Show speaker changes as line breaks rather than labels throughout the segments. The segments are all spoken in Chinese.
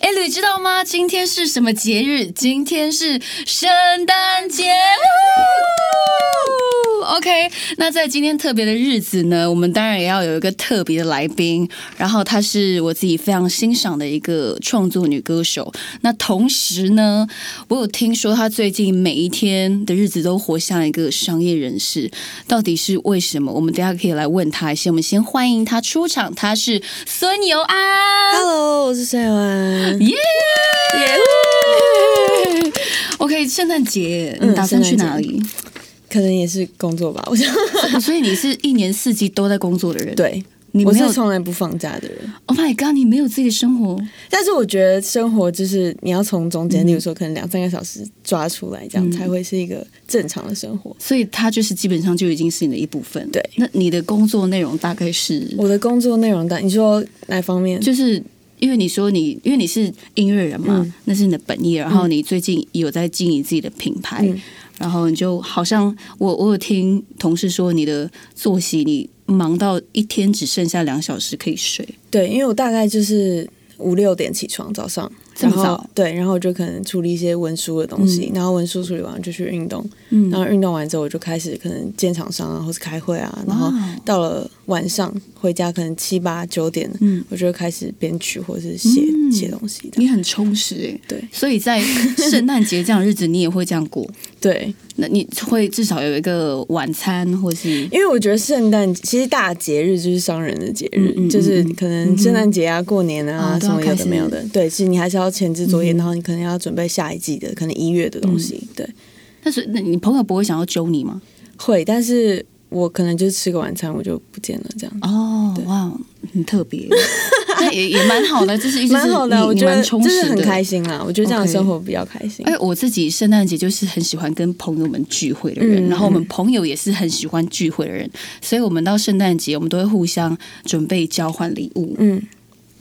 哎知道吗？今天是什么节日？今天是圣诞节。OK，那在今天特别的日子呢，我们当然也要有一个特别的来宾，然后她是我自己非常欣赏的一个创作女歌手。那同时呢，我有听说她最近每一天的日子都活像一个商业人士，到底是为什么？我们等一下可以来问她一些。我们先欢迎她出场，她是孙尤安。
Hello，我是孙友 安。
耶耶！OK，圣诞节你
嗯
打算去
圣诞
哪
节
里？
可能也是工作吧，我想。
所以你是一年四季都在工作的人。
对，
你
我
没有
是从来不放假的人，
，Oh my god，你没有自己的生活。
但是我觉得生活就是你要从中
嗯
间，例如说可能两三个小时抓出来，这样才会是一个正常的生活。
所以它就是基本上就已经是你的一部分。
对
那你的工作内容大概是，
我的工作内容大，你说哪方面？
就是因为你说你，因为你是音乐人嘛，
嗯
那是你的本业，然后你最近有在经营自己的品牌，
嗯
然后你就好像我我有听同事说你的作息，你忙到一天只剩下两小时可以睡，
对，因为我大概就是五六点起床，早上。
这
然
么
后
早？
对，然后我就可能处理一些文书的东西，然后文书处理完就去运动，
嗯
然后运动完之后我就开始可能见厂商啊，或是开会啊，然后
哇哦
到了晚上回家可能七八九点，
嗯
我就会开始编曲或是写、
嗯
写东西的。
你很充实诶、
对
所以在圣诞节这样的日子，你也会这样过。
对，
那你会至少有一个晚餐，或是
因为我觉得圣诞其实大节日就是商人的节日，
嗯嗯
就是
嗯
可能圣诞节啊、过年啊、
啊都
什
要
么有的没有
开
的，对，其实你还是要前置作业，
嗯
然后你可能要准备下一季的，可能一月的东西，对，
但是那你朋友不会想要揪你吗？
会，但是我可能就吃个晚餐我就不见了这样。
哦，哇，很特别， 那也也蛮好的，就是
蛮好的，啊我觉得
蛮充
真
实
的
的，
很开。心啦。我觉得这样的
OK
生活比较开心。
哎，我自己圣诞节就是很喜欢跟朋友们聚会的人，
嗯
然后我们朋友也是很喜欢聚会的人，所以我们到圣诞节，我们都会互相准备交换礼物，
嗯，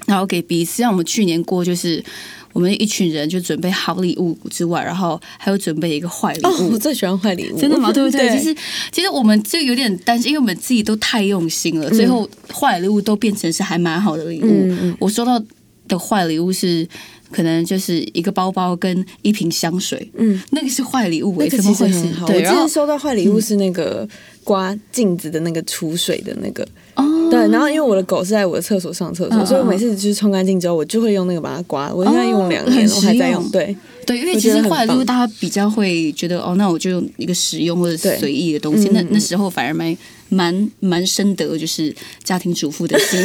然后给彼此。像我们去年过，就是我们一群人就准备好礼物之外，然后还有准备一个坏礼
哦，
物
我。最喜欢坏礼物，
哎真的吗？对不对？
对，
其实其实我们就有点担心，因为我们自己都太用心了，最后坏礼物都变成是还蛮好的礼物。
嗯嗯
我收到的坏礼物是可能就是一个包包跟一瓶香水，
嗯，
那个是坏礼物、欸，
那个
怎么
其实
会是
很？好。我
对，
之
然后嗯
前收到坏礼物是那个刮镜子的那个储水的那个，
哦，
对。然后因为我的狗是在我的厕所上
嗯
厕
嗯嗯
所，
哦
所以我每次就是冲干净之后，我就会用那个把它刮。我现在用两年，
很
我还在
实
用。
用
对，
对，因为
我
其
觉
实
得很
坏礼物
棒
大家比较会觉得哦，那我就用一个实用或者
对
随意的东西，
嗯
那
嗯
那时候反而蛮蛮蛮深得就是家庭主妇的 心。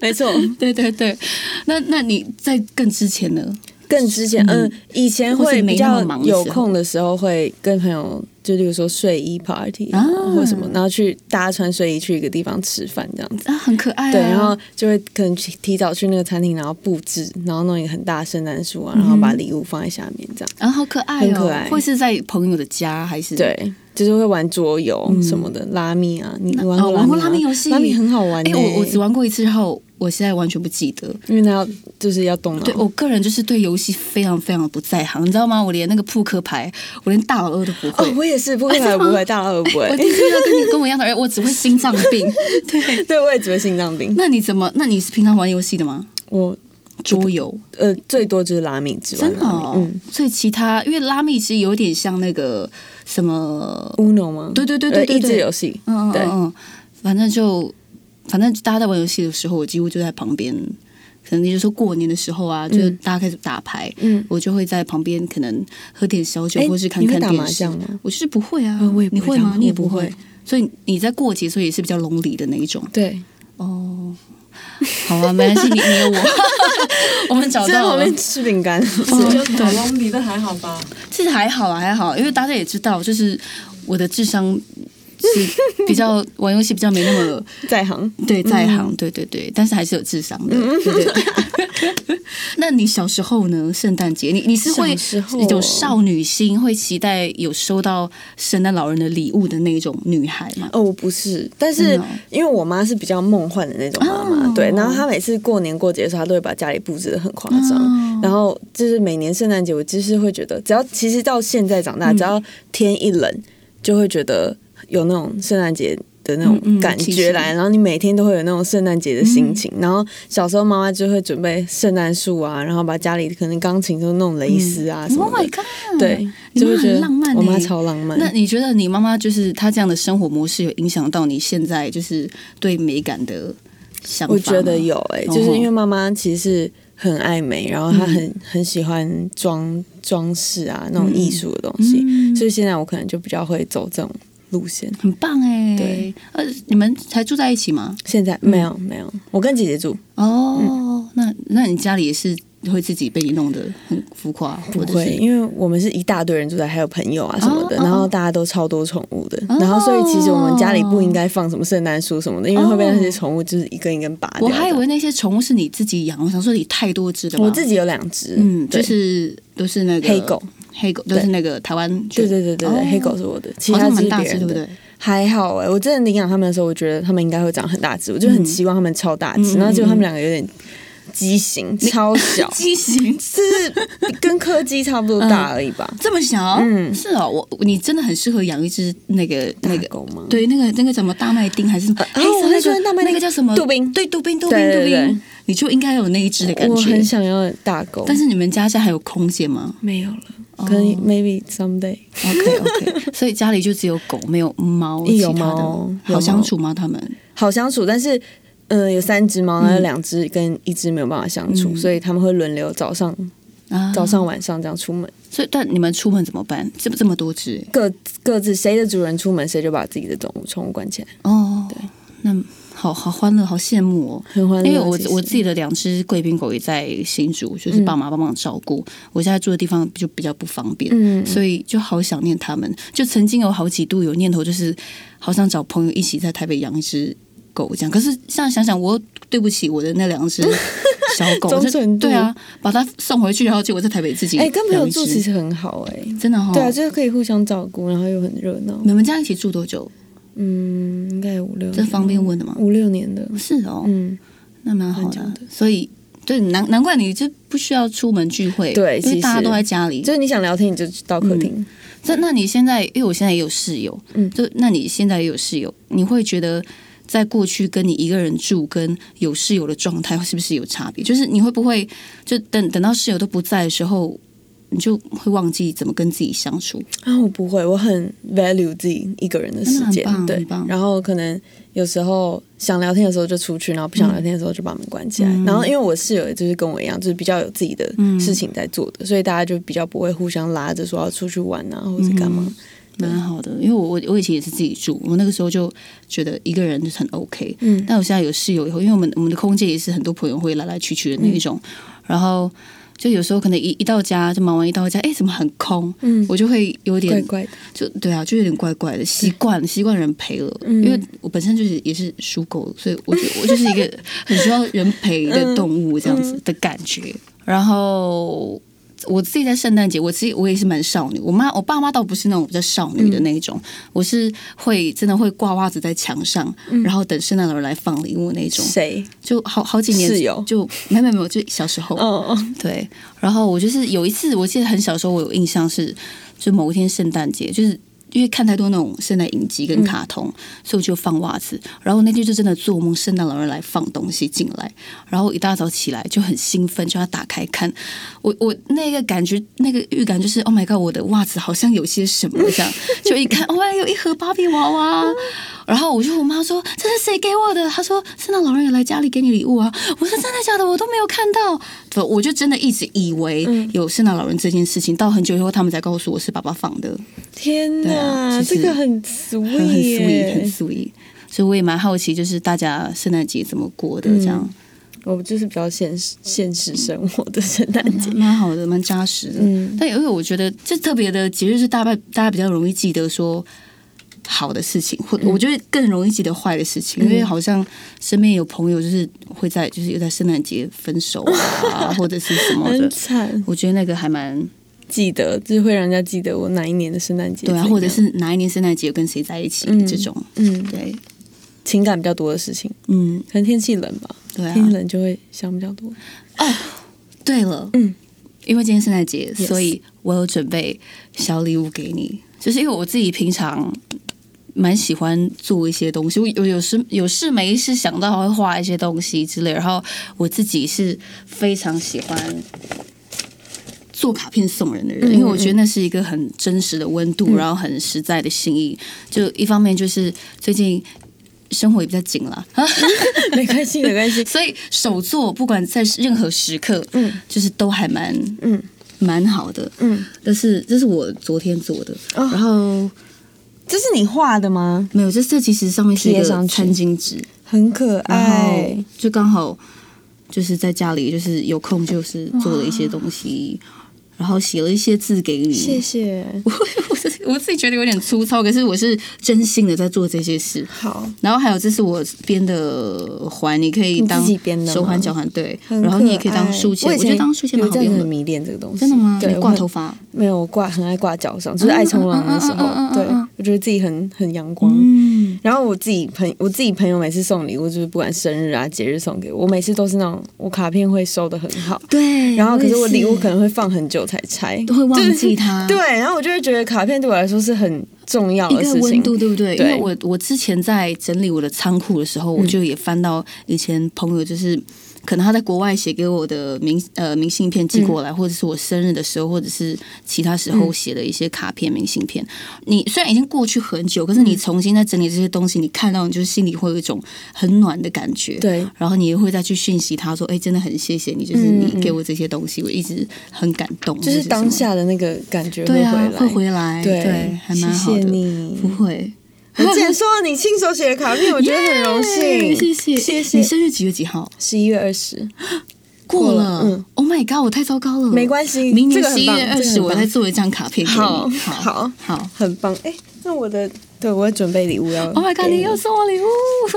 没错。
对对对，那那你在更之前呢？
更之前，嗯，以前
或是
会
没
比
那么
较
忙的时候
有空的时候，会跟朋友，就例如说睡衣 party 啊
啊
或什么，然后去大家穿睡衣去一个地方吃饭这样子。
啊，很可爱、啊。
对，然后就会可能去提早去那个餐厅，然后布置，然后弄一个很大的圣诞树啊，
嗯
然后把礼物放在下面这样。
啊，好可爱哦，
很可爱
会是在朋友的家还是？，
对，就是会玩桌游什么的，拉米啊，你你玩
嗯哦
过
玩过
拉
拉
米
米
吗
游戏
拉米很好玩
哎、
欸。哦
我我只玩过一次，然后我现在完全不记得。
因为它要就是要动脑。
对我个人就是对游戏非常非常不在行，你知道吗？我连那个扑克牌，我连大老二都不会。
哦，我也是，不会
真的
牌
吗
不会，大佬不
我
会
第，一次遇到跟你跟我一样的人， 我只会心脏病。对，
对我也只会心脏病。
那你怎么？那你是平常玩游戏的吗？
我
桌游
呃，最多就是拉米之外，
真的、哦，
嗯
所以其他因为拉密其实有点像那个什么，
，Uno 吗？
对对对对
呃
对
益
对，
智游戏，
嗯嗯
对
嗯，嗯，反正就反正大家在玩游戏的时候，我几乎就在旁边。可能也就是说过年的时候啊，就是大家开始打牌，
嗯
我就会在旁边可能喝点小酒，
哎
或是看看
你会打
电
麻
视
将吗。
我就是不会啊，
啊我也不
你
会
会
打
吗？
麻
你也
我不
不会
会，
所以你在过节，所以也是比较龙里的那一种
对，
哦。好啊，没关系，你你有我， 我们找
就在
到
旁
了
边。吃饼 干，
哦
就打龙比那还好吧？
其实还好啦，还好，因为大家也知道，就是我的智商是比较玩游戏比较没那么。嗯
在行。
对，在行，对对对，但是还是有智商的，对对对。 那你小时候呢？圣诞节，你你是会
小时候
有少女心，会期待有收到圣诞老人的礼物的那种女孩吗？
哦，我不是，但
真
是
的哦
因为我妈是比较梦幻的那种妈妈，
哦
对，然后她每次过年过节的时候，她都会把家里布置的很夸张，
哦
然后就是每年圣诞节，我就是会觉得，只要其
嗯
实到现在长大，只要天一冷，就会觉得有那种圣诞节的那种
嗯嗯
感
其
觉
实嗯
来，然后你每天都会有那种圣诞节的心情。然后小时候妈妈就会准备圣诞树啊，然后把家里可能钢琴都弄蕾丝啊什么
Oh
的，
my god！
对，
你
就会
妈
觉
很
得
浪漫、欸，
我妈超浪漫。
那你觉得你妈妈就是她这样的生活模式，有影响到你现在就是对美感的想法吗？
我觉得有诶、
哦嗯
就是因为妈妈其实是很爱美，然后她很、很喜欢装装饰啊那种艺术的东西，
嗯
所以现在我可能就比较会走这种路线。
很棒哎、
对，
呃，你们才住在一起吗？
现在没有、没有，我跟姐姐住，
哦，那那你家里也是会自己被你弄得很浮夸，
不
或者
会，
是
因为我们是一大堆人住在，还有朋友啊什么的，
哦哦
然后大家都超多宠物的，
哦
然后所以其实我们家里不应该放什么圣诞树什么的，因为会被那些宠物就是一根一根拔掉
我
的。
还以为那些宠物是你自己养，我想说你太多只了吧？
我自己有两只，
嗯，就
对
是都是那个
黑狗，
黑狗都是
对
那个台湾
对
犬，
对对对对，
哦
黑狗是我的，其
好
他
像
只
蛮
是
大
别
只，对
人
不
的。
对？
还好哎、我真的领养它们的时候，我觉得它们应该会长很大只，我就
嗯
很期望它们超大只，
嗯，
然后结果它们两个有点畸形，超小
畸形
就是跟柯基差不多大而已吧。
这么小，
嗯
是哦，我你真的很适合养一只那个那
大
个。
狗吗？
对，那个那个什么大麦丁还是什么？黑
呃哦我
色
会
那
说
个
大麦
那
丁
个叫什么？
杜宾
对，杜宾，杜宾，
对
杜
对对
宾，你就应该有那一只的感
我很
觉。
想要大狗，
但是你们家现在还有空间吗
没有了，可能
哦
maybe someday。
？OK OK，所以家里就只有狗，没有猫，
有
其他的
猫有
好相
猫
处吗？他们
好相处，但是。嗯，有三只猫，
嗯
然后有两只跟一只没有办法相处，
嗯
所以他们会轮流早上、
啊，
早上、晚上这样出门，
所以但你们出门怎么办？这这么多只
各各自谁的主人出门，谁就把自己的宠物宠物关起来，
哦，那好好欢乐，好羡慕哦。
很欢乐。
因为我
其实
我自己的两只贵宾狗也在新竹，
嗯
就是爸妈帮忙照顾。我现在住的地方就比较不方便，
嗯
所以就好想念他们。就曾经有好几度有念头，就是好想找朋友一起在台北养一只狗这样。可是现在想想，我又对不起我的那两只小狗，
忠
就
诚度
对啊，把它送回去，然后结果在台北自己
哎、跟朋友
养一
住
只
其实很好哎、
真的哈、哦
对啊，就是可以互相照顾，然后又很热闹。
你们家一起住多久？
嗯，应该有五六
嗯这
年，
方便问的吗？
五六年的，
是哦，
嗯，
那蛮好
蛮
的
久
啊
的。
所以对，难难怪你就不需要出门聚会，
对
因为
其
大家
实
都在家里。
就是你想聊天你就到客
嗯
厅，
这那你现在，因为我现在也有室友，
嗯
就那你现在也有室友，你会觉得在过去跟你一个人住跟有室友的状态是不是有差别？就是你会不会就等等到室友都不在的时候，你就会忘记怎么跟自己相处？
啊，我不会，我很 value 自己一个人的时
真
间
的很棒，
对
很棒。
然后可能有时候想聊天的时候就出去，然后不想聊天的时候就把门关起来。
嗯
然后因为我室友也就是跟我一样，就是比较有自己的
嗯
事情在做的，所以大家就比较不会互相拉着说要出去玩啊，或者干嘛。对
蛮好的，因为我我我以前也是自己住，我那个时候就觉得一个人就是很 OK，
嗯
但我现在有室友以后，因为我们我们的空间也是很多朋友会来来去去的那一种，
嗯
然后就有时候可能一一到家就忙完一到家，哎，怎么很空？
嗯，
我就会有点
怪怪的，
就对啊，就有点怪怪的，习惯习惯人陪了，
嗯
因为我本身就是也是属狗，所以我觉得 我就是一个很需要人陪
嗯
的动物这样子的感觉。然后我自己在圣诞节，我自己我也是蛮少女，我妈我爸妈倒不是那种比较少女
嗯
的那一种，我是会真的会挂袜子在墙上，
嗯
然后等圣诞老人来放礼物那一种，
谁？
就好好几年
室友
就没有没有没有，就小时候，
哦哦，
对，然后我就是有一次，我记得很小时候，我有印象是，就某一天圣诞节，就是因为看太多那种圣诞影集跟卡通，所以我就放袜子。然后那天就真的做梦，圣诞老人来放东西进来，然后一大早起来就很兴奋，就要打开看。我我那个感觉，那个预感就是，Oh my god，我的袜子好像有些什么这样。就一看，哇，有一盒芭比娃娃。然后我就问我妈说：“这是谁给我的？”她说：“圣诞老人也来家里给你礼物啊。”我说：“真的假的？我都没有看到。”对，我就真的一直以为有圣诞老人这件事情，到很久以后他们才告诉我是爸爸放的，
天
对啊
哪，
其实
这个很
很很 sweet，
sweet，
很
耶
sweet。所以我也蛮好奇，就是大家圣诞节怎么过
嗯
的，这样、
我就是比较现实现实生活的圣诞节。
蛮好的，蛮扎实的。
嗯
但因为我觉得这特别的节日是大概大家比较容易记得说好的事情，
嗯
或我觉得更容易记得坏的事情，因为好像身边有朋友就是会在就是又在圣诞节分手 啊，或者是什么
很
的。
惨，
我觉得那个还蛮
记得就是会让人家记得我哪一年的圣诞节怎
对啊，
样，
或者是哪一年圣诞节跟谁在一起、这种，
嗯
对，
情感比较多的事情，
嗯，
可能天气冷吧，
对啊
天。气冷就会想比较多。
对了，
嗯，
因为今天圣诞节
Yes
所以我有准备小礼物给你，就是因为我自己平常蛮喜欢做一些东西，我有有时有事没事想到还会画一些东西之类。然后我自己是非常喜欢做卡片送人的人，
嗯嗯
因为我觉得那是一个很真实的温度，
嗯
然后很实在的心意。就一方面就是最近生活也比较紧了，
没关系，没关系。
所以手作不管在任何时刻，
嗯
就是都还蛮
嗯
蛮好的。
嗯，
但是这是我昨天做的，
哦
然后
这是你画的吗？
没有，这这其实上面是一个
贴上去哎
餐巾纸，
很可
然
爱
后。就刚好就是在家里就是有空就是做了一些东西，然后写了一些字给你。
谢谢。
我我自己我自己觉得有点粗糙，可是我是真心的在做这些事。
好，
然后还有这是我编的环，你可以当
你自己编的吗
手环、脚环，对。
很
然后你也
可
可以当
爱
书签，
我
我
以
觉
前
得当书签蛮
有
好
阵子
用
很
的。
迷恋这个东西。
真的吗？
对，
你
我
挂
很
头发？
没有，我挂很爱挂脚上，就是爱冲浪的时候
嗯嗯嗯嗯嗯嗯嗯。
对，我觉得自己很很阳光。
嗯，
然后我自己朋我自己朋友每次送礼物，就是不管生日啊节日送给我，我每次都是那种我卡片会收的很好，
对。
然后可是我礼物可
能
能会放很久才拆，
都会忘
就是
记它。
对，然后我就会觉得卡片对我来说是很重要
一
的
个
事
温
情。
度，对不对？因
对嗯
为我我之前在整理我的仓库的时候，我就也翻到以前朋友就是。可能他在国外写给我的明呃明信片
嗯
寄过来，或者是我生日的时候，或者是其他时候写的一些卡片、明信片。你虽然已经过去很久，可是
嗯
你重新在整理这些东西，你看到你就是心里会有一种很暖的感觉。
对，
然后你也会再去讯息他说：“哎、真的很谢谢你，就是
嗯嗯
你给我这些东西，我一直很感动。”
就
或者
是
什么
当下的那个感觉
对
会
啊，
来，
会回来，
对
还蛮好
谢
的。
谢你
不。会，
我之前收到你亲手写的卡片，我觉得很荣 幸，
耶谢谢
谢
你
谢。
生日几月几号？
十一月二十，
过
了嗯
Oh my god！我太糟糕了。
没关系
明
这
年
个
十
很
一
棒
月
这
二
个
十，
很
我
棒
再做一张卡片给你。
好
好
好
好
很棒。哎，那我的，对我要准备礼物要
，Oh my god！
给
你又送我礼物，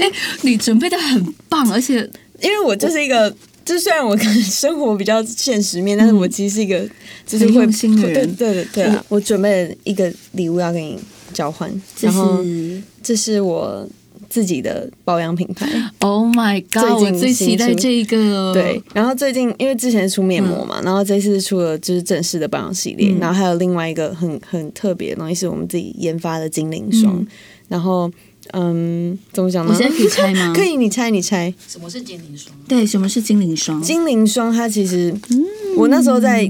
哎，你准备的很棒，而且
因为我就是一个，就虽然我可能生活比较现实面，但是我其实是一个就是
嗯很
会
用心的人嗯
对对对对啊，我准备了一个礼物要跟你交换，然后这是我自己的保养品牌，
Oh my god！
最
我
近
最期待
新出
这一个。
对，。然后最近因为之前出面膜嘛，然后这次出了就是正式的保养系列，
嗯
然后还有另外一个很很特别的东西是我们自己研发的精灵霜，
嗯
然后嗯，怎么讲
我
呢？
现在可以拆吗？
可。以，你猜，你猜。
什么是精灵霜？
对，什么是精灵霜？
精灵霜它其实，
嗯
我那时候在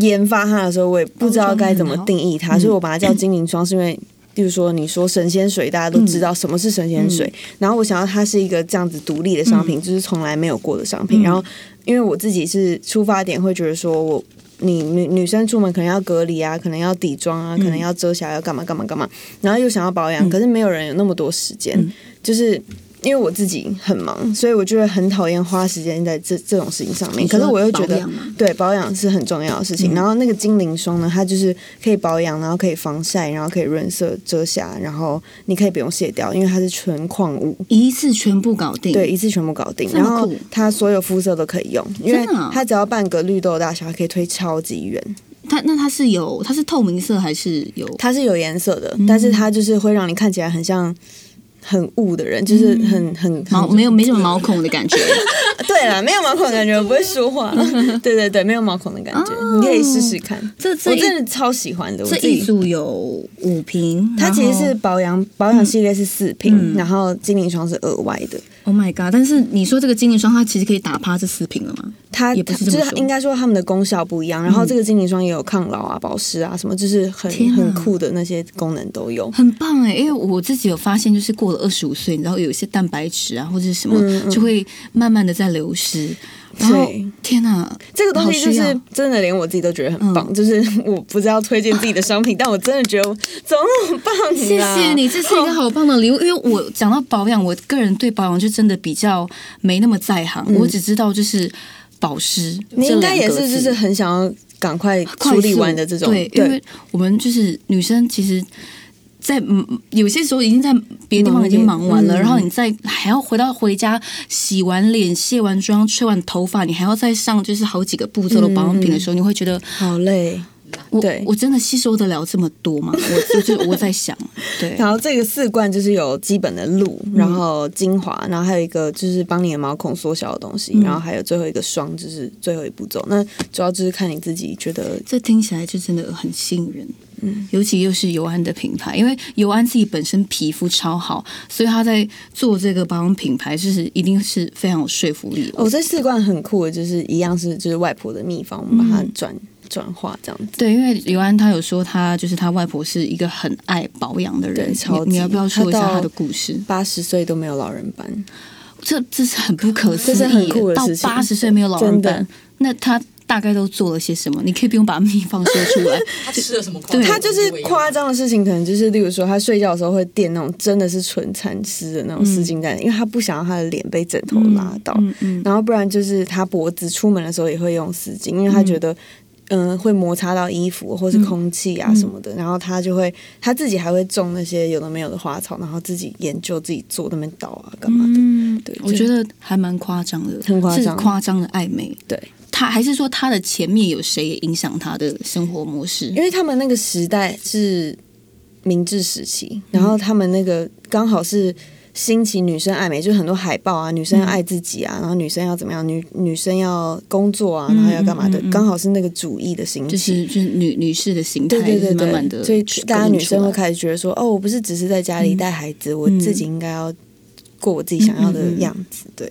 研发它的时候，我也不知道该怎么定义它，所以我把它叫精灵霜，是因为。比如说，你说神仙水，大家都知道什么是神仙水。然后我想要它是一个这样子独立的商品，就是从来没有过的商品。然后，因为我自己是出发点会觉得说我，你女女生出门可能要隔离啊，可能要底妆啊，可能要遮瑕，要干嘛干嘛干嘛。然后又想要保养，可是没有人有那么多时间，就是因为我自己很忙，所以我就会很讨厌花时间在这这种事情上面。
你
可
说
是我又觉
保
得
养吗，嗯
对保养是很重要的事情。然后那个精灵霜呢，它就是可以保养，然后可以防晒，然后可以润色、遮瑕，然后你可以不用卸掉，因为它是纯矿物，
一次全部搞定。
对，，一次全部搞定。
嗯这么
然后
酷
它所有肤色都可以用，因为
真的啊
它只要半个绿豆大小，它可以推超级远。
它那它是有，它是透明色还是有？
它是有颜色的，
嗯
但是它就是会让你看起来很像。很雾的人，就是很很
嗯毛
很
没有没什么毛孔的感觉。
对啦，没有毛孔的感觉，我不会说话。 对对对，没有毛孔的感觉，
哦
你可以试试看。
这
我
这一
真的超喜欢的，我
这
自
一
己。
组有五瓶，
它
然
其
后
实是保养保养系列是四瓶，
嗯
然后精灵霜是额外的。
Oh my god！但是你说这个精灵霜，它其实可以打趴这四瓶了吗？
它
也不
它
是
就
这么
是
说嗯
应该说它们的功效不一样，然后这个精灵霜也有抗老啊、保湿啊什么，就是很
天啊
很酷的那些功能都有。
很棒哎、因为我自己有发现，就是过了二十五岁，然后有一些蛋白质啊或者是什么，
嗯嗯
就会慢慢的在流失。然后
对
天哪，
这个东西就
好需
是
要
真的，连我自己都觉得很棒。
嗯
就是 我不知道推荐自己的商品，但我真的觉得我怎么那么棒、啊？
谢谢你，哦这是一个好棒的礼物。因为我讲到保养，我个人对保养就真的比较没那么在行，我只知道就是保湿。
你应
这
该也
两个
是，就
字
是很想要赶快
快
处理
速
完的这种，
对，因为我们就是女生，其实在，嗯有些时候已经在别的地方已经忙完了，
嗯
然后你再还要回到回家洗完脸、卸完妆、吹完头发，你还要再上就是好几个步骤的保养品的时候，你会觉得
好累。
我
对
我真的吸收得了这么多 吗？我就是我在想，对，
然后这个四罐就是有基本的露，然后精华，然后还有一个就是帮你的毛孔缩小的东
嗯
西，然后还有最后一个霜，就是最后一步骤。那主要就是看你自己觉得
这听起来就真的很吸引人。嗯，尤其又是尤安的品牌，因为尤安自己本身皮肤超好，所以他在做这个保养品牌，就是一定是非常有说服力的。
哦，这四罐很酷的，就是一样是就是外婆的秘方，我们把
嗯
它转转化这样子。
对，因为尤安他有说他就是他外婆是一个很爱保养的人，
对超
你
级
你要不要说一下
她到
他的故事？
八十岁都没有老人斑，
这这是很不可思议，
这是很酷的
到
事情
八十岁没有老人
真的
斑，那他大概都做了些什么？你可以不用把秘方说出 来，
他吃了什么夸张
对
的
他就是
味道
夸张的事情，可能就是例如说他睡觉的时候会垫那种真的是纯蚕丝的那种丝巾在，因为他不想让他的脸被枕头拉到。
嗯嗯
然后不然就是他脖子出门的时候也会用丝巾，因为他觉得。嗯、会摩擦到衣服或是
嗯
空气啊什么的，然后他就会他自己还会种那些有的没有的花草，然后自己研究自己做那边倒啊干嘛的，
嗯，
对
我
就
觉得还蛮夸张的，
很夸张
是夸张的暧昧。
对，
他还是说他的前面有谁也影响他的生活模式？
因为他们那个时代是明治时期，然
嗯
后他们那个刚好是兴起女生爱美，就是很多海报啊，女
嗯
生要爱自己啊，然后女生要怎么样，女女生要工作啊，
嗯
然后要干嘛的
嗯嗯嗯，
刚好是那个主义的兴
就是
起。
就是女女士的形态，
对对
就
对
是
对，
慢慢的，
所以大家女生会开始觉得说，哦，我不是只是在家
嗯
里带孩子，我自己应该要过我自己想要
嗯
的样子。对，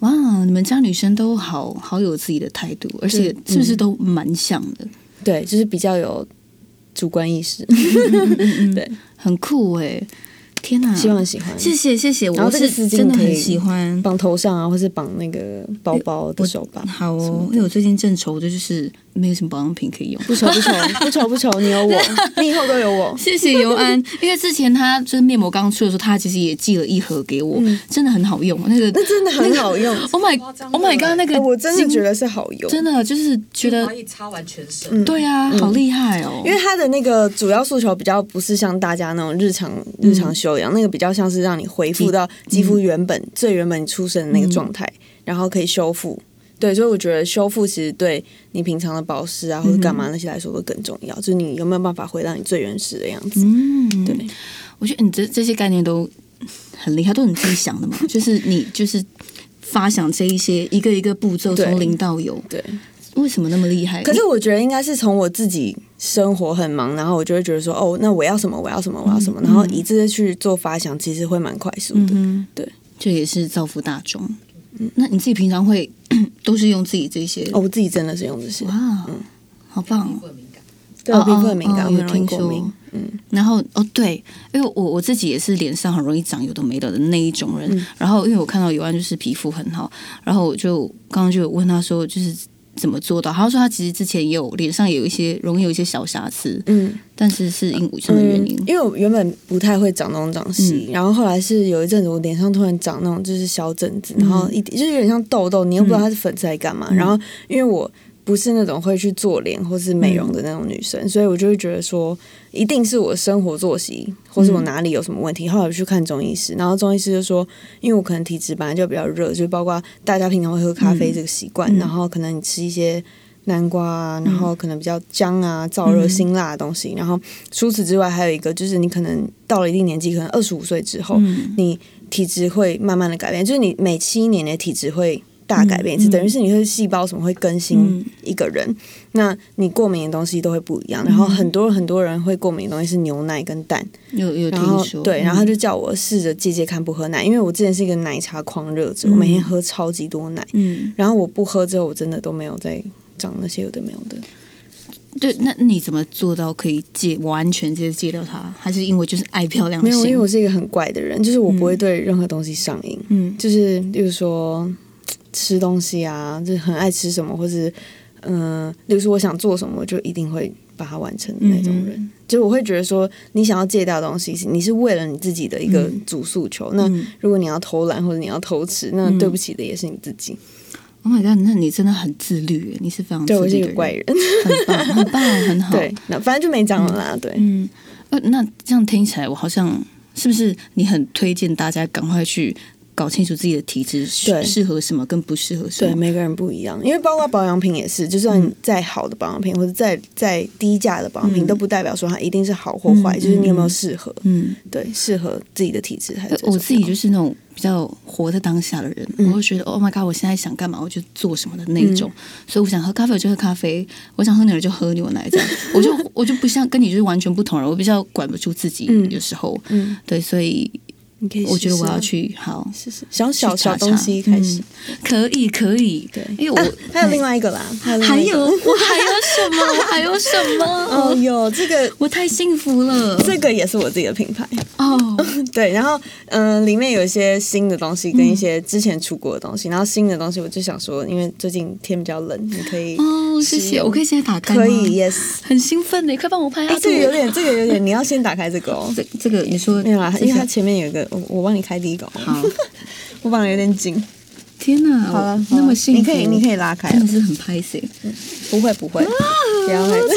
哇，你们家女生都好好有自己的态度，而且是不
嗯
是都蛮像的？
对，就是比较有主观意识。
嗯
对，
很酷哎、天哪！
希望喜欢。
谢谢谢谢，
欸然
我
后这个
是
丝巾
真的
可
很
以
喜欢。
绑头上啊，或是绑那个包包的手把。
好哦，因为我最近正愁的就是没有什么保养品可以 用。
不愁不愁不愁不愁，你 有我，你以后都有我。
谢谢尤安，因为之前他就是面膜刚出的时候，他其实也寄了一盒给我，真的很好用。那个
嗯那真的很 好用，
，Oh my
夸张
Oh my
了
God，那个
哎我真
精
的觉得是好用，嗯
真的就是觉得
可以擦完全身。
对啊，好厉害哦。
因为它的那个主要诉求比较不是像大家那种日常日常修
嗯
养，那个比较像是让你恢复到肌肤原本最原本你出生的那个状
嗯
态，然后可以修复。对，所以我觉得修复其实对你平常的保湿啊，或
嗯
者干嘛那些来说都更重要，就是你有没有办法回到你最原始的样子。
嗯，
对，
我觉得你嗯这这些概念都很厉害，都是你自己想 的嘛，就是你就是发想这一些一个一个步骤，
对
从零到有，
对。
为什么那么厉害？
可是我觉得应该是从我自己生活很忙，然后我就会觉得说，哦，那我要什么，我要什么，我要什么，然后以这些去做发想，其实会蛮快速的。
嗯，
对，
这也是造福大众。那你自己平常会 都是用自己这些
哦，嗯我自己真的是用这些，
哇，好棒哦！
过敏感，
对我皮肤
哦
很敏
哦
感，我很容易
有听
过
说
敏。嗯，
然后哦，对，因为我我自己也是脸上很容易长有的没的的那一种人。
嗯
然后因为我看到尤安就是皮肤很好，然后我就刚刚就有问他说，就是怎么做到？他说他其实之前也有脸上也有一些容易有一些小瑕疵，
嗯
但是是因为什么原
嗯
因，？嗯
因为我原本不太会长东长西，然后后来是有一阵子我脸上突然长那种就是小疹子，
嗯
然后一点就是有点像痘痘，你又不知道它是粉刺还干嘛。然后因为我不是那种会去做脸或是美容的那种女
嗯
生，所以我就会觉得说，一定是我生活作息或是我哪里有什么
嗯
问题。后来我去看中医师，然后中医师就说，因为我可能体质本来就比较热，就包括大家平常会喝咖
嗯
啡这个习惯，然后可能你吃一些。南瓜啊，
嗯
然后可能比较姜啊、燥热、辛辣的东西。然后除此之外，还有一个就是你可能到了一定年纪，可能二十五岁之后，
嗯
你体质会慢慢的改变，就是你每七年你的体质会大改变一次，
嗯嗯嗯
等于是你会细胞什么会更新一个人。那你过敏的东西都会不一样，然
嗯
后很多很多人会过敏的东西是牛奶跟蛋，
有有
然
听
后
说？
对，然后他
嗯
就叫我试着戒戒看不喝奶，因为我之前是一个奶茶狂热者，我每天喝超级多奶，
嗯，
然后我不喝之后，我真的都没有再长那些有的没有的。
哦对，那你怎么做到可以戒完全直接戒掉它？还是因为就是爱漂亮
没
型？
有，因为我是一个很怪的人，就是我不会对任何东西上瘾，
嗯
就是例如说吃东西啊，就是很爱吃什么，或是嗯、呃例如说我想做什么，我就一定会把它完成的那种
嗯
人。就我会觉得说，你想要戒掉的东西，你是为了你自己的一
嗯
个主诉求。那如果你要偷懒或者你要偷吃，那
嗯
对不起的也是你自己。
Oh my god！那你真的很自律耶，你是非常
对我
自
是一
律的
个怪
人，
人，
很棒，很棒，很好。
对，那反正就没长了啦。对，
嗯，呃，那这样听起来，我好像是不是你很推荐大家赶快去搞清楚自己的体质适
对
适合什么跟不适合什
对，
么。
每个人不一样，因为包括保养品也是，就算再好的保养品，或者再再低价的保养品，
嗯
都不代表说它一定是好或坏，
嗯
就是你有没有适合，
嗯，
对，适合自己的体质还是
呃
最重要
我自己就是那种比较活在当下的人，
嗯
我会觉得 Oh my God，我现在想干嘛我就做什么的那一种。所以我想喝咖啡我就喝咖啡，我想喝牛奶就喝牛奶，这 样我就我就不像跟你就是完全不同人，我比较管不住自己，
嗯
有时候
嗯，
对，所以
你可以试试啊，
我觉得我要去好。
试试小小
去查
小
查
东西开始，
可以可以，
对，
因为我、嗯
啊还有另外一个啦，还有另
还
外一个
有我还有什么？ 我还有什么？
哦有这个
我太幸福了。
这个也是我自己的品牌，
哦，
对，然后嗯、呃里面有一些新的东西跟一
嗯
些之前出国的东西，然后新的东西我就想说，因为最近天比较冷，你可以、
哦，谢谢，我可以现在打开吗
可以 yes，
很兴奋欸呢，快帮我拍
哎、
下
这个有点这个有点，你要先打开这个 哦。
这这个你说
没有啦，
这
因为它
个
前面有一个，我我帮你开第一个哦，
好，
我绑的有点紧。
天哪，
好了
我，那么幸
你
福，
可以你可以拉开
真，的是很拍谁？
不会不会，不要害怕。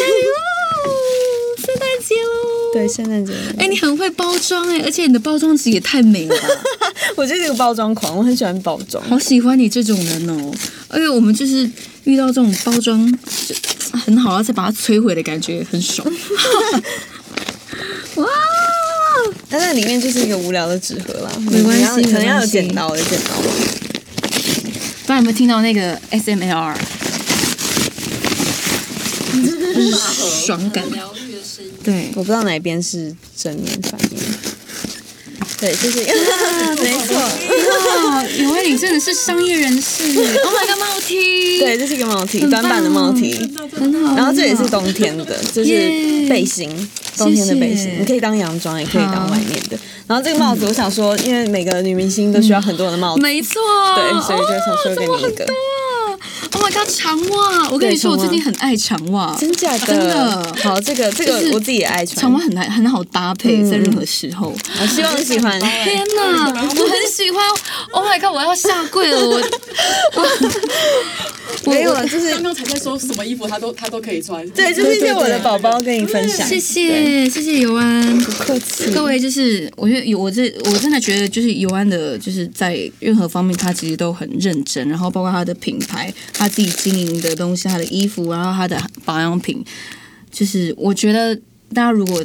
圣诞节喽！
对，圣诞节，
哎、你很会包装哎、而且你的包装纸也太美了吧！
我就是一个包装狂，我很喜欢包装。
好喜欢你这种人哦！而且我们就是遇到这种包装就啊很好，然后再把它摧毁的感觉很爽。哇！
但那里面就是一个无聊的纸盒啦，
没关系
你要
没关系
可能要有剪刀，有剪刀。
不知道有没有听到那个 SMLR 爽感？
疗愈的声音。
对，
我不知道哪边是正面反面。对，就是， 没错，
哇，有为你真的是商业人 士耶！Oh my god，帽 T，
对，，这是一个毛题，
很棒嗯
短版的毛题。
很好。
然后这也是
很好
冬天的，就
耶
是背心，冬天的背
谢
心，
谢
你可以当洋装，也可以当
好
外面的。然后这个帽子，我想说，因为每个女明星都需要很多的帽子，
没错，
对所以就想说给你一个
哦这么很多 Oh my god，长袜！我跟你说，我
对长袜
最近很爱长袜，
真假的？
真的
好，这个这
就是
个我自己也爱穿
长袜，很难很好搭配，
嗯
在任何时候。
我希望你喜欢。
天哪，我很喜欢！Oh my god，我要下跪了！我 我
没有
我
了，就是
刚刚才在说什么衣服他都他都可以穿，
对，就是一些我的宝宝跟你分享。
谢谢谢谢尤安。
不客气。
各位，就是我觉得有我这我真的觉得就是尤安的，就是在任何方面他其实都很认真，然后包括他的品牌，他自己经营的东西，他的衣服，然后他的保养品，就是我觉得大家如果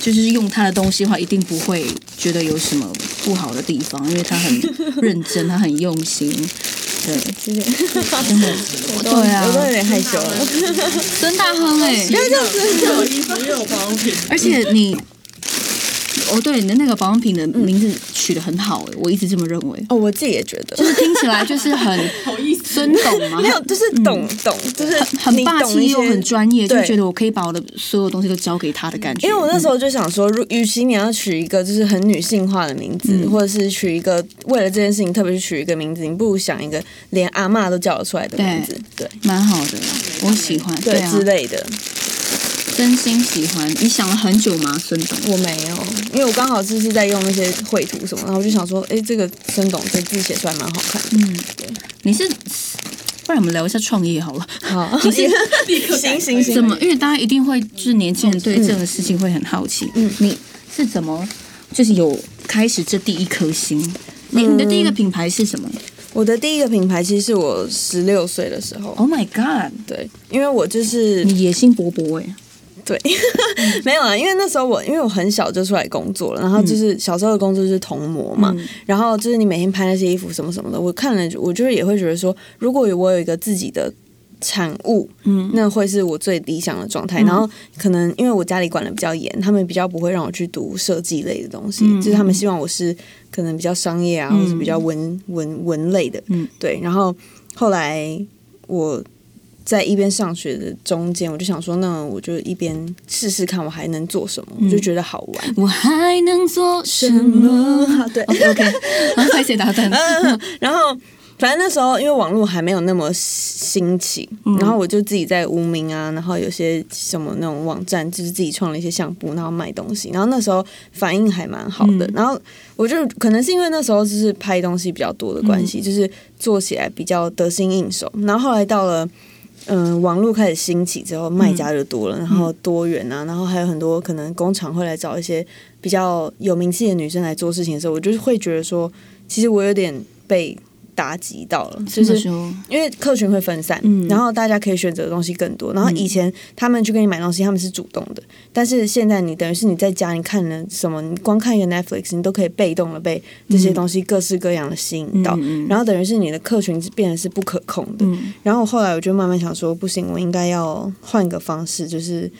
就是用他的东西的话，一定不会觉得有什么不好的地方，因为他很 认真，他很用心。对，
谢谢。
真的，对
我都有
啊，
点害羞了。
孙大亨哎、
不要这样子。
有衣服也有保养品，
而且
嗯
你，哦，对，你的那个保养品的名字取得很好、欸，我一直这么认为，
哦，我自己也觉得
就。是听起来就是 很
好意思。
孙董嘛
没。有，就是懂懂，就是
很
你
霸
懂
气
一些
又很专业，就
对
觉得我可以把我的所有东西都交给他的感觉。
因为我那时候就想说，如与其你要取一个就是很女性化的名字，或者是取一个为了这件事情特别去取一个名字，你不如想一个连阿嬷都叫得出来的名字，对
嗯蛮好的，我喜欢，
对
啊
之，类的。
真心喜欢。你想了很久吗，孙董？
我没有，因为我刚好就是在用那些绘图什么，然后我就想说，哎，这个孙董这字写出来蛮好看的。
嗯，你是，不然我们聊一下创业好了。
好，
你是
行 行行，
怎么？因为大家一定会，就是年轻人对这个事情会很好奇。嗯，你是怎么就是有开始这第一颗心？你你的第一个品牌是什么
我的第一个品牌其实是我十六岁的时候，
？Oh my god！
对，因为我就是
你野心勃勃哎，
对，没有啊，因为那时候我因为我很小就出来工作了，然后就是小时候的工作就是童模嘛，
嗯
然后就是你每天拍那些衣服什么什么的，我看了我就是也会觉得说，如果我有一个自己的。产物，嗯，那会是我最理想的状态。然后可能因为我家里管的比较严，他们比较不会让我去读设计类的东西，就是他们希望我是可能比较商业啊，或是比较文文文类的，
嗯
嗯，对。然后后来我在一边上学的中间，我就想说，那我就一边试试看我还能做什么，我就觉得好玩。
我还能做什么？ 啊
对
OK OK，然 后拍谁打断？
然后反正那时候因为网络还没有那么兴起，然后我就自己在无名啊，然后有些什么那种网站，就是自己创了一些相簿，然后卖东西。然后那时候反应还蛮好的。
嗯
然后我就可能是因为那时候就是拍东西比较多的关系，就是做起来比较得心应手。然后后来到了。嗯，网络开始兴起之后，卖家就多了，然后多元啊，然后还有很多可能工厂会来找一些比较有名气的女生来做事情的时候，我就是会觉得说，其实我有点被打击到了，就
嗯这么
是
说
因为客群会分散，
嗯
然后大家可以选择的东西更多。然后以前他们去给你买东西，他们是主动的，但是现在你等于是你在家，你看了什么，你光看一个 Netflix，你都可以被动的被这些东西各式各样的吸引到，
嗯嗯嗯嗯
然后等于是你的客群变得是不可控的。
嗯
然后我后来我就慢慢想说，不行，我应该要换个方式，就是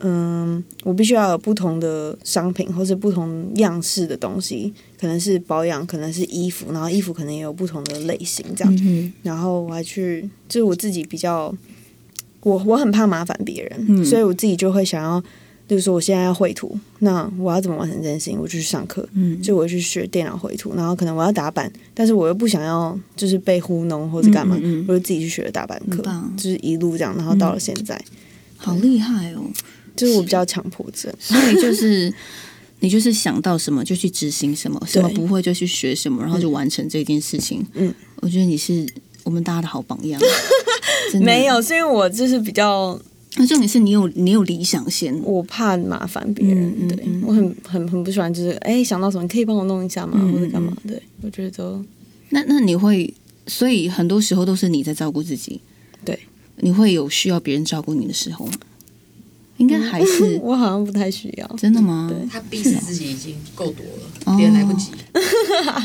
嗯，我必须要有不同的商品或是不同样式的东西，可能是保养，可能是衣服，然后衣服可能也有不同的类型这样。
嗯
然后我还去，就是我自己比较，我我很怕麻烦别人，
嗯
所以我自己就会想要，就是说我现在要绘图，那我要怎么完成这件事情？我就去上课，
嗯
就我去学电脑绘图，然后可能我要打板，但是我又不想要就是被糊弄或者干嘛，
嗯嗯嗯
我就自己去学打板课
很棒，嗯
就是一路这样，然后到了现在，
好厉害哦！
就是我比较强迫症，
所以就是你就是想到什么就去执行什么，什么不会就去学什么，然后就完成这件事情。
嗯，
我觉得你是我们大家的好榜 样。真的
没，有，是因为我就是比较
那重点是你有你有理想先。
我怕麻烦别人，
嗯嗯
对
嗯
我很很很不喜欢，就是哎、想到什么你可以帮我弄一下吗，
嗯嗯
或者干嘛？对我觉得都
那那你会，所以很多时候都是你在照顾自己。
对，
你会有需要别人照顾你的时候吗，应
嗯
该还是
我好像不太需要，
真的吗？
嗯
啊
对
他逼死自己已经够多
哦
了，别人来不及。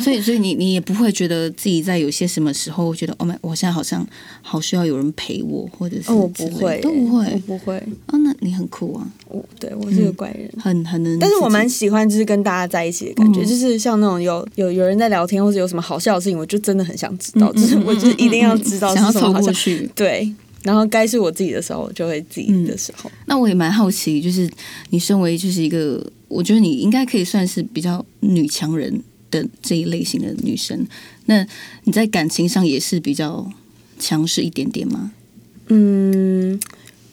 所以，所以你你也不会觉得自己在有些什么时候觉得，哦，我现在好像好需要有人陪我，或者是
哦，我
之
不
类的
会，
都不
我
会。
不会，
哦，那你很酷啊，
我对我是个怪人。
很很能自己。
但是我蛮喜欢就是跟大家在一起的感觉，
嗯
就是像那种有有有人在聊天或者有什么好笑的事情，我就真的很想知道，
嗯
就是
嗯嗯
我就是一定要知道
想要
是什
凑
么好
过
笑。
去。
对，然后该是我自己的时候，我就会自己的时候。
那我也蛮好奇，就是你身为就是一个，我觉得你应该可以算是比较女强人的这一类型的女生。那你在感情上也是比较强势一点点吗？
嗯，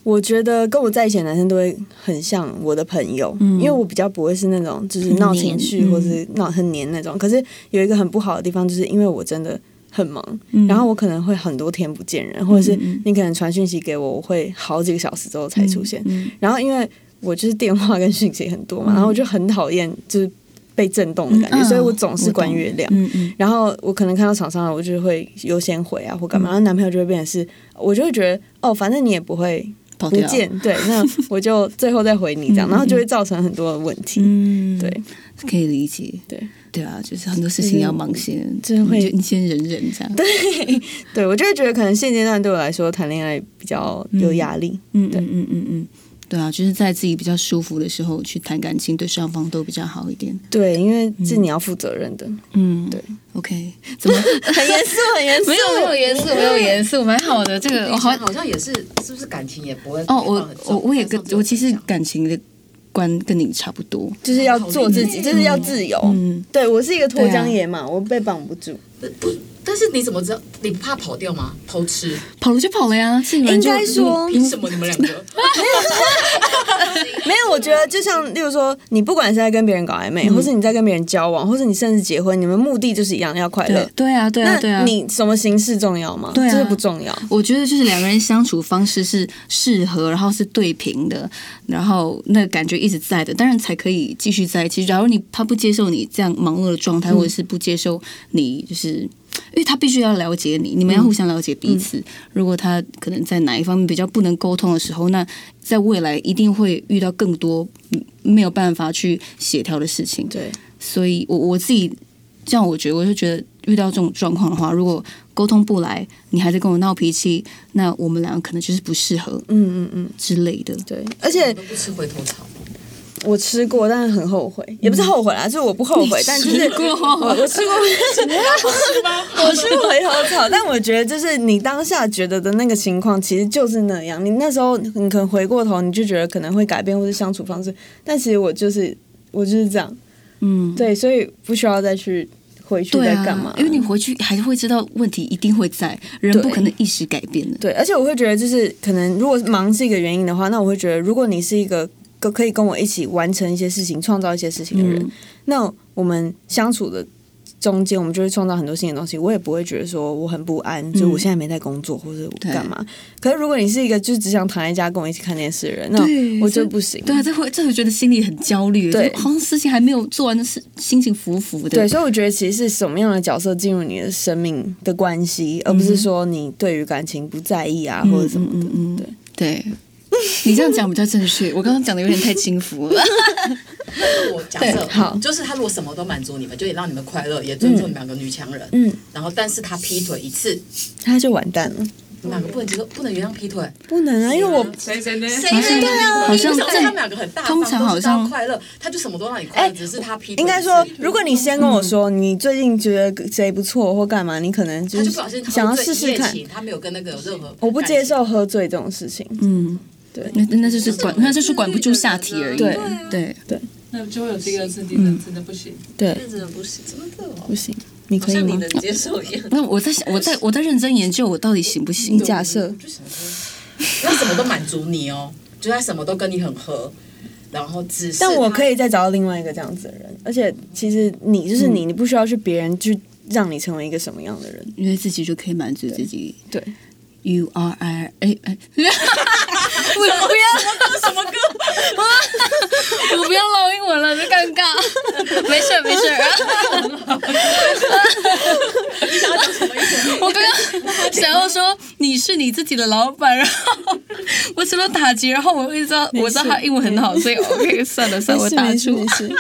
我觉得跟我在一起的男生都会很像我的朋友，
嗯
因为我比较不会是那种就是闹情绪
很黏嗯
或是闹很黏那种。可是有一个很不好的地方，就是因为我真的很忙，
嗯
然后我可能会很多天不见人，或者是
嗯嗯
你可能传讯息给我，我会好几个小时之后才出现。
嗯
然后因为我就是电话跟讯息很多嘛，然后我就很讨厌就是被震动的感
嗯
觉，所以我总是关
懂
月亮。
嗯嗯
然后我可能看到厂商了，我就会优先回啊或干
嗯
嘛，然后男朋友就会变成是，我就会觉得哦，反正你也不会
跑
不
掉。
见，对， 那我就最后再回你这样，
嗯
然后就会造成很多的问题，
嗯，
对，
可以理解。
对
对啊，就是很多事情要忙先，
就是会
你就你先忍忍这样。对，
对我就会觉得可能现阶段对我来说谈恋爱比较有压力，
嗯
对
嗯嗯嗯嗯，对啊，就是在自己比较舒服的时候去谈感情，对双方都比较好一点。
对，因为是你要负责任 的，
嗯，
对。哦
OK，怎 么
很严肃，很严肃，
没有没有严肃，没有严肃，蛮好的。这个我
我
好
好好像也是，是不是感情也不会
哦，我我我也跟我其实
感
感情的观跟你差不多。
就是要做自己，就是要自由。
嗯，
对我是一个脱
对啊
缰野马，我被绑不住。
不，但是你怎么知道？你不怕跑掉吗？偷吃？
跑了就跑了呀，是你们就嗯
应该说
凭什么你们两个？
没有，我觉得就像，例如说，你不管是在跟别人搞暧
嗯
昧，或是你在跟别人交往，或是你甚至结婚，你们目的就是一样，要快乐
对。对啊，对啊，对
那
啊。
你什么形式重要吗？
对啊
这是不重要。
我觉得就是两个人相处方式是适合，然后是对平的，然后那个感觉一直在的，当然才可以继续在一起。假如你他不接受你这样忙碌的状态，或者是不接受你，就是因为他必须要了解你，你们要互相了解彼此。如果他可能在哪一方面比较不能沟通的时候，那在未来一定会遇到更多嗯没有办法去协调的事情。
对，
所以我我自己这样，我觉得我就觉得遇到这种状况的话，如果沟通不来，你还在跟我闹脾气，那我们两个可能就是不适合
嗯嗯嗯，
之类的。
对。而且
都不吃回头草，
我吃过，但是很后
嗯
悔，也不是后悔啦，就是我不后悔，但就是我我吃过，我吃过回头草， 但我觉得就是你当下觉得的那个情况，其实就是那样。你那时候你可能回过头，你就觉得可能会改变或是相处方式，但其实我就是我就是这样，
嗯，
对，所以不需要再去回去
对
在
啊，
干嘛，
因为你回去还是会知道问题一定会在，人不
对
可能一时改变的。
对，而且我会觉得，就是可能如果忙是一个原因的话，那我会觉得，如果你是一个可可以跟我一起完成一些事情、创造一些事情的人，
嗯
那我们相处的。中间我们就会创造很多新的东西，我也不会觉得说我很不安，就
嗯
我现在没在工作或者我干嘛。可是如果你是一个就只想躺在家跟我一起看电视的人，那
对
我觉得不行。
对啊，这会这会觉得心里很焦虑，
对
就好像事情还没有做完的事，心情浮浮的。
对，所以我觉得其实是什么样的角色进入你的生命的关系，而不是说你对于感情不在意啊、或者什么的。
嗯嗯，对。 你这样讲比较正确，我刚刚讲的有点太轻浮了。
我假设
对好
就是他如果什么都满足你们，就也让你们快乐，也尊重你们两个女强人，
嗯，
然后但是他劈腿一次，
他就完蛋了，
你们两个不能接受，不能原谅劈腿，
不能啊，因为我
谁谁呢？
谁能原谅？
好像
你不想
在
他们两个很大方，
通常好像
都是他快乐，他就什么都让你快乐，只是他劈腿一次，
应该说，如果你先跟我说你最近觉得谁不错或干嘛，你可能就
他就是不小心
想要试试
喝醉
看
一夜。情，他没有跟那个有任何，
我不接受。喝醉这种事情，
嗯，
对
那那就是管，那就是管不住下体而已。
对
对，
那就会有这个认定的，真的不行。
对，
那真的不行，真的哦，
不行，你
好
可以
像你
吗？
能接受一样。
那我在想，我在我在认真研究我到底行不行
你？假设
他什么都满足你哦， 就他什么都跟你很合，然后只是
但我可
以
以再找到另外一个这样子的人，而且其实你就是你，你不需要去别人去让你成为一个什么样的人。
因为自己就可以满足自己。
对
U R I 哎 哎，我不
什么歌？
要， 我不要唠英文了，这尴尬。没事儿没事儿，啊
你想要讲什么意思？
我刚刚想要说你是你自己的老板，然后我除了打击，然后我一直知道我知道他英文很好，所以 OK 算了算了，我
没事
打
没事
住
没。事，
你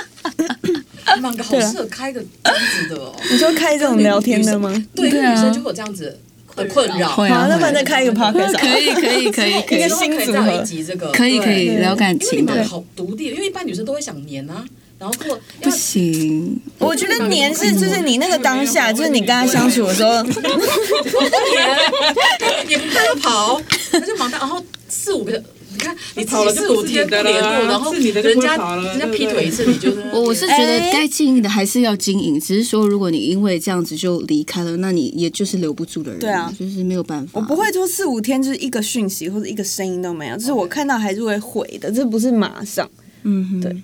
们两个好适合开个这样子的哦。
啊
你说开这种聊天的 吗？
对，
对啊
女生就会有这样子的困扰。
会
好
啊，
啊，那
会
反
啊
正开一个 podcast
可
啊
以可以可以可
一
以
个
之后
新
可以
组
再有
合
一集这个
可以可以
对
聊感
因为你
情
们
的，
好独立，因为一般女生都会想黏啊，然后或
不行，
我觉得黏是就是你那个当下，就是你跟他相处的时候，
也不怕他 跑，他就忙到然后四五个。你看，你
跑了就
四五
不是
天
你的了
联络，然后
是你的就
人
不会
家
跑了
人家
对不
劈
对
腿一次，你就是
我我是觉得
哎
该经营的还是要经营，只是说如果你因为这样子就离开了，那你也就是留不住的人，
对啊
就是没有办法。
我不会说四五天就是一个讯息或者一个声音都没有，就是我看到还是会回的，这不是马上，
嗯哼，
对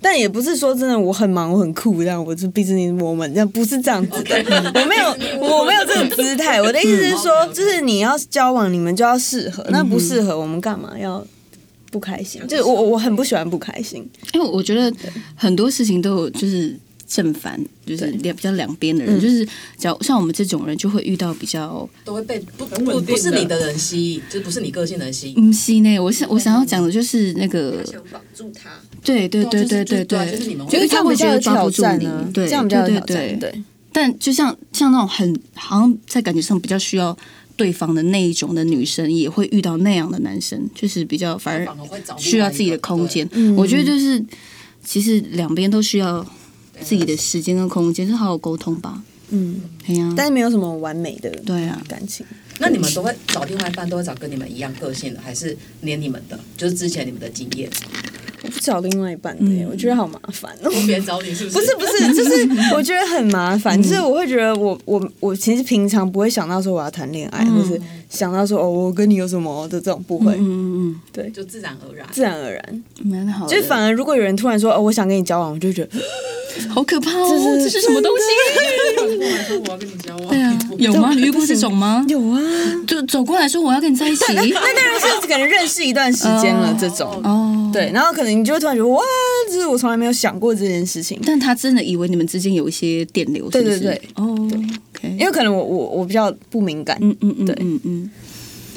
但也不是说真的我很忙我很酷这样，我是 business woman 这样，不是这样子的，我没有我没有这个姿态，我的意思是
嗯
说，就是你要交往你们就要适合，那不适合我们干嘛要不开心？就是我我我很不喜欢不开心，
因为我觉得很多事情都有就是正反，就是两比较两边的
嗯
人，就是假如像我们这种人就会遇到比较
都会被不
稳
不
定
不是
的
你的人吸引，就是不是你个性的人吸引。
嗯西呢。我想我想要讲的就是那个，
想绑住他，
对对对对对
对啊
对，
就是就是对啊就是你们会
因为他
比
会觉
较有
得抓
挑
不住
战
你
啊，，
对
这样比较有
对
挑
对
战，
对。
对。
但就像像那种很好像在感觉上比较需要对方的那一种的女生，也会遇到那样的男生，就是比较反而
反而会找另外一个
需要自己的空间。我觉得就是，其实两边都需要自己的时间跟空间，是好好沟通吧。
嗯，
哎呀、
但是没有什么完美的
对啊，
感情，
那你们都会找另外一半，都会找跟你们一样个性的，还是连你们的？就是之前你们的经验，
我不找另外一半
嗯
的耶，我觉得好麻烦 哦。
别人找你是不是？
不是不是，就是我觉得很麻
嗯
烦，就是我会觉得我我我其实平常不会想到说我要谈恋爱，或是想到说哦我跟你有什么的这种不会，
嗯嗯
就自然而然。
自然而然。
嗯，蛮好的，
就是反而如果有人突然说哦我想跟你交往，我就觉得
好可怕哦！这是什么东西？
我来说我要跟你交往，
对啊，有吗？你遇过这种吗？
有啊，
就走过来说我要跟你在一起。
那当然是可能认识一段时间了这种。
哦，
对，然后可能你就会突然觉得哇，就是我从来没有想过这件事情，
但他真的以为你们之间有一些电流，是不是
对对对，
哦，OK，
因为可能我我我比较不敏感，
嗯嗯嗯，
对
嗯嗯，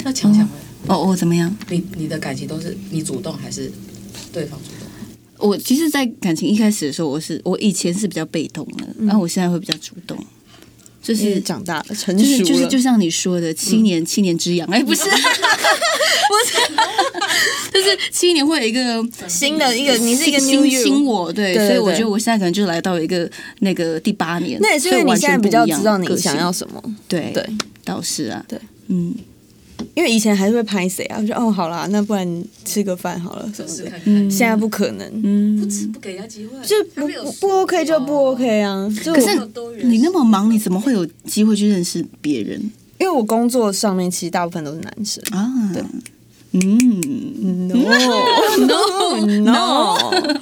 那强强呢，
哦哦，怎么样？
你你的感情都是你主动还是对方主动？
我其实，在感情一开始的时候，我是我以前是比较被动的，
嗯
然后我现在会比较主动，就
就是
是
长大了，成
嗯就
熟
是
了，嗯
就是就像你说的，七年七年之痒，哎，不是，不是，就是七年会有一个
新的一个你是一个
新
new
新
you
新我，对，
对对
所以我
对
觉得我现在可能就来到一个那个第八年，
那也是因
所
为
以
你
完
现
全
在比较
不一样
知道你
个性
想要什么，
对
对，
倒是啊，
对，
嗯，
因为以前还是会拍谁啊，我说哦好啦，那不然吃个饭好了什么
试
的
看，看，
嗯
现在不可能，
不吃不给人家机会，啊
就不
啊
不不 OK 就不 OK 啊，就我
哦可是你那么忙，你怎么会有机会去认识别人
因为我工作上面其实大部分都是男生
啊？对，嗯，
，no no no，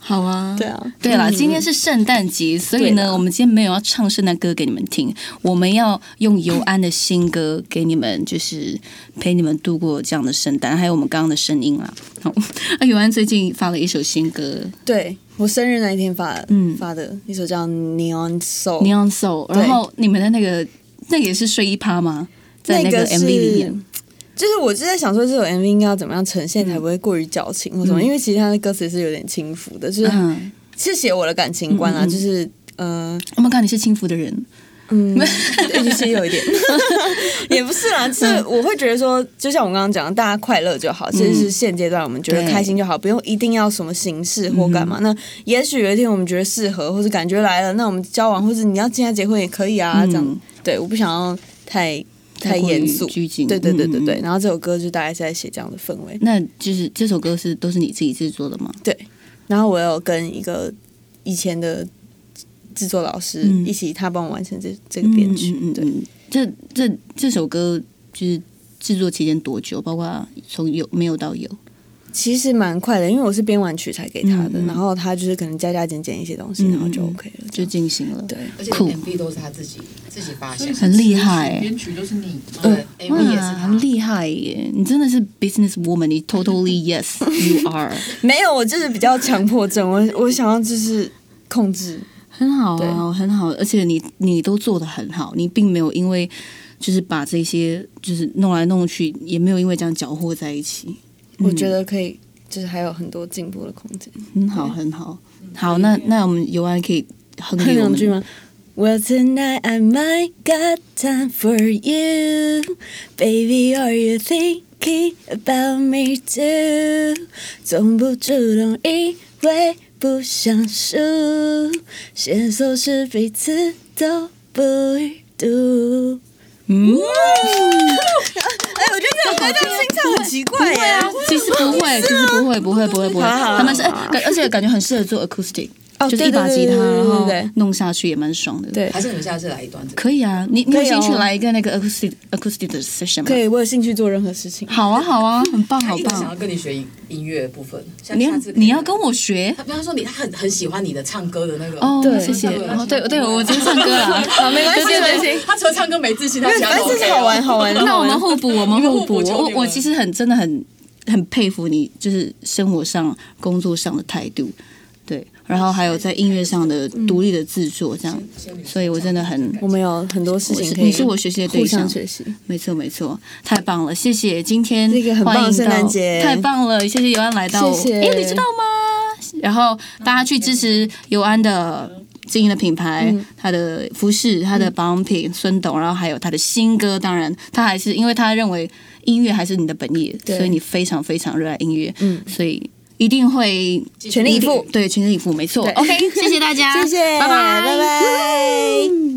好啊，
对啊，嗯
对啦，今天是圣诞节，所以
啊
呢，我们今天没有要唱圣诞歌给你们听，我们要用尤安的新歌给你们，就是陪你们度过这样的圣诞，还有我们刚刚的声音啦。好，那尤安最近发了一首新歌
对我生日那一天发
嗯
发的一首叫《Neon Soul
《Neon Soul》，
对
然后你们的那个那个也是睡衣趴吗？在那
那
个
个是
MV 里面，
就是我就在想说，这首 MV 应该要怎么样呈现才不会过于矫情或什么？
嗯
因为其实它的歌词是有点轻浮的，就是、
嗯，
是写我的感情观啦，
嗯嗯嗯
就是呃
我们看你是轻浮的人，
嗯， 其实有一点，也不是啦，
嗯
就是我会觉得说，就像我刚刚讲的，大家快乐就好，这是现阶段我们觉得
嗯对嗯
开心就好，不用一定要什么形式或干嘛。那也许有一天我们觉得适合，或是感觉来了，那我们交往，或是你要现在结婚也可以啊，这样
嗯。
对，我不想要太太
过于
严肃，
拘谨，
对对对对
嗯
对。。然后这首歌就大概是在写这样的氛围。
那就是这首歌是都是你自己制作的吗？
然后我有跟一个以前的制作老师
嗯
一起，他帮我完成这这个编曲。
嗯嗯
对，
嗯这这这首歌就是制作期间多久？包括从有没有到有，
其实蛮快的，因为我是编完曲才给他的，
嗯嗯
然后他就是可能加加减减一些东西，
嗯嗯
然后就 OK 了。
就进行了。
对，
而且
酷
MV 都是他自己自己发
所
想
以，
很厉害欸
是词曲编曲都是你，
对
哇，
，MV 也是他
很。厉害耶！你真的是 business woman，你 totally yes you are，
没有，我就是比较强迫症，我我想要就是控制。
很好啊，
对
很好，而且你你都做的很好，你并没有因为就是把这些就是弄来弄去，也没有因为这样搅和在一起。
我觉得可以，就是还有很多进步的空间。
很好，很好。好，那那我们尤安可以哼
看
给我
两
们
句吗？Well, tonight I might got time for you, baby. Are you thinking about me too? 从不主动，因为不想输，线索是彼此都不读。
嗯，
哎，我觉得这首歌这样清唱很奇怪耶。
其实不会，其实不会，不会，不会，不会。
啊好好好
他们是，哎感而且感觉很适合做 acoustic，
哦
就是
对
一把
对
吉他，
对对
然后
对对
弄下去也蛮爽的。
对
还是你们下次来一段这个？
可以啊，你你有
可以哦
兴趣来一个那个 acoustic acoustic 的 session 吗？
可以，我有兴趣做任何事情。
好啊，好 啊，很棒，好
他一直想要
棒。
跟你学音音乐的部分，像
你要
下次可以
你要
来
跟我学
他，比方说你，他很很喜欢你的唱歌的那个
哦，
对
谢谢。
对
哦，对对，我今天唱歌 了，好，没关系，没关系。
他除了唱歌没自信，他
没
其
有
他都
哎这
OK
是
哦
好玩，好 玩。
那
好
我
玩
们互补，我们
你们
互
互
补。
补求
我
你
我
们
其实很真的很很佩服你，就是生活上、工作上的态度，对，然后还有在音乐上的独立的制作，这样，所以我真的很。
我们有很多事
我
情
是
可以，
你是我学习的对
互
象
相，学习。
没错没错，太棒了，谢谢今天
是一个很棒的
欢迎
圣诞
到
节
太棒了，谢谢尤安来到，
谢谢
哎，你知道吗？然后大家去支持尤安的经营的品牌，
嗯
他的服饰、他的保养品、孙董，然后还有他的新歌，当然他还是因为他认为音乐还是你的本业，
对
所以你非常非常热爱音乐，嗯，所以一定会
全力以赴
对，全力以赴，没错。
对
OK，谢谢大家，
谢谢，
拜
拜拜。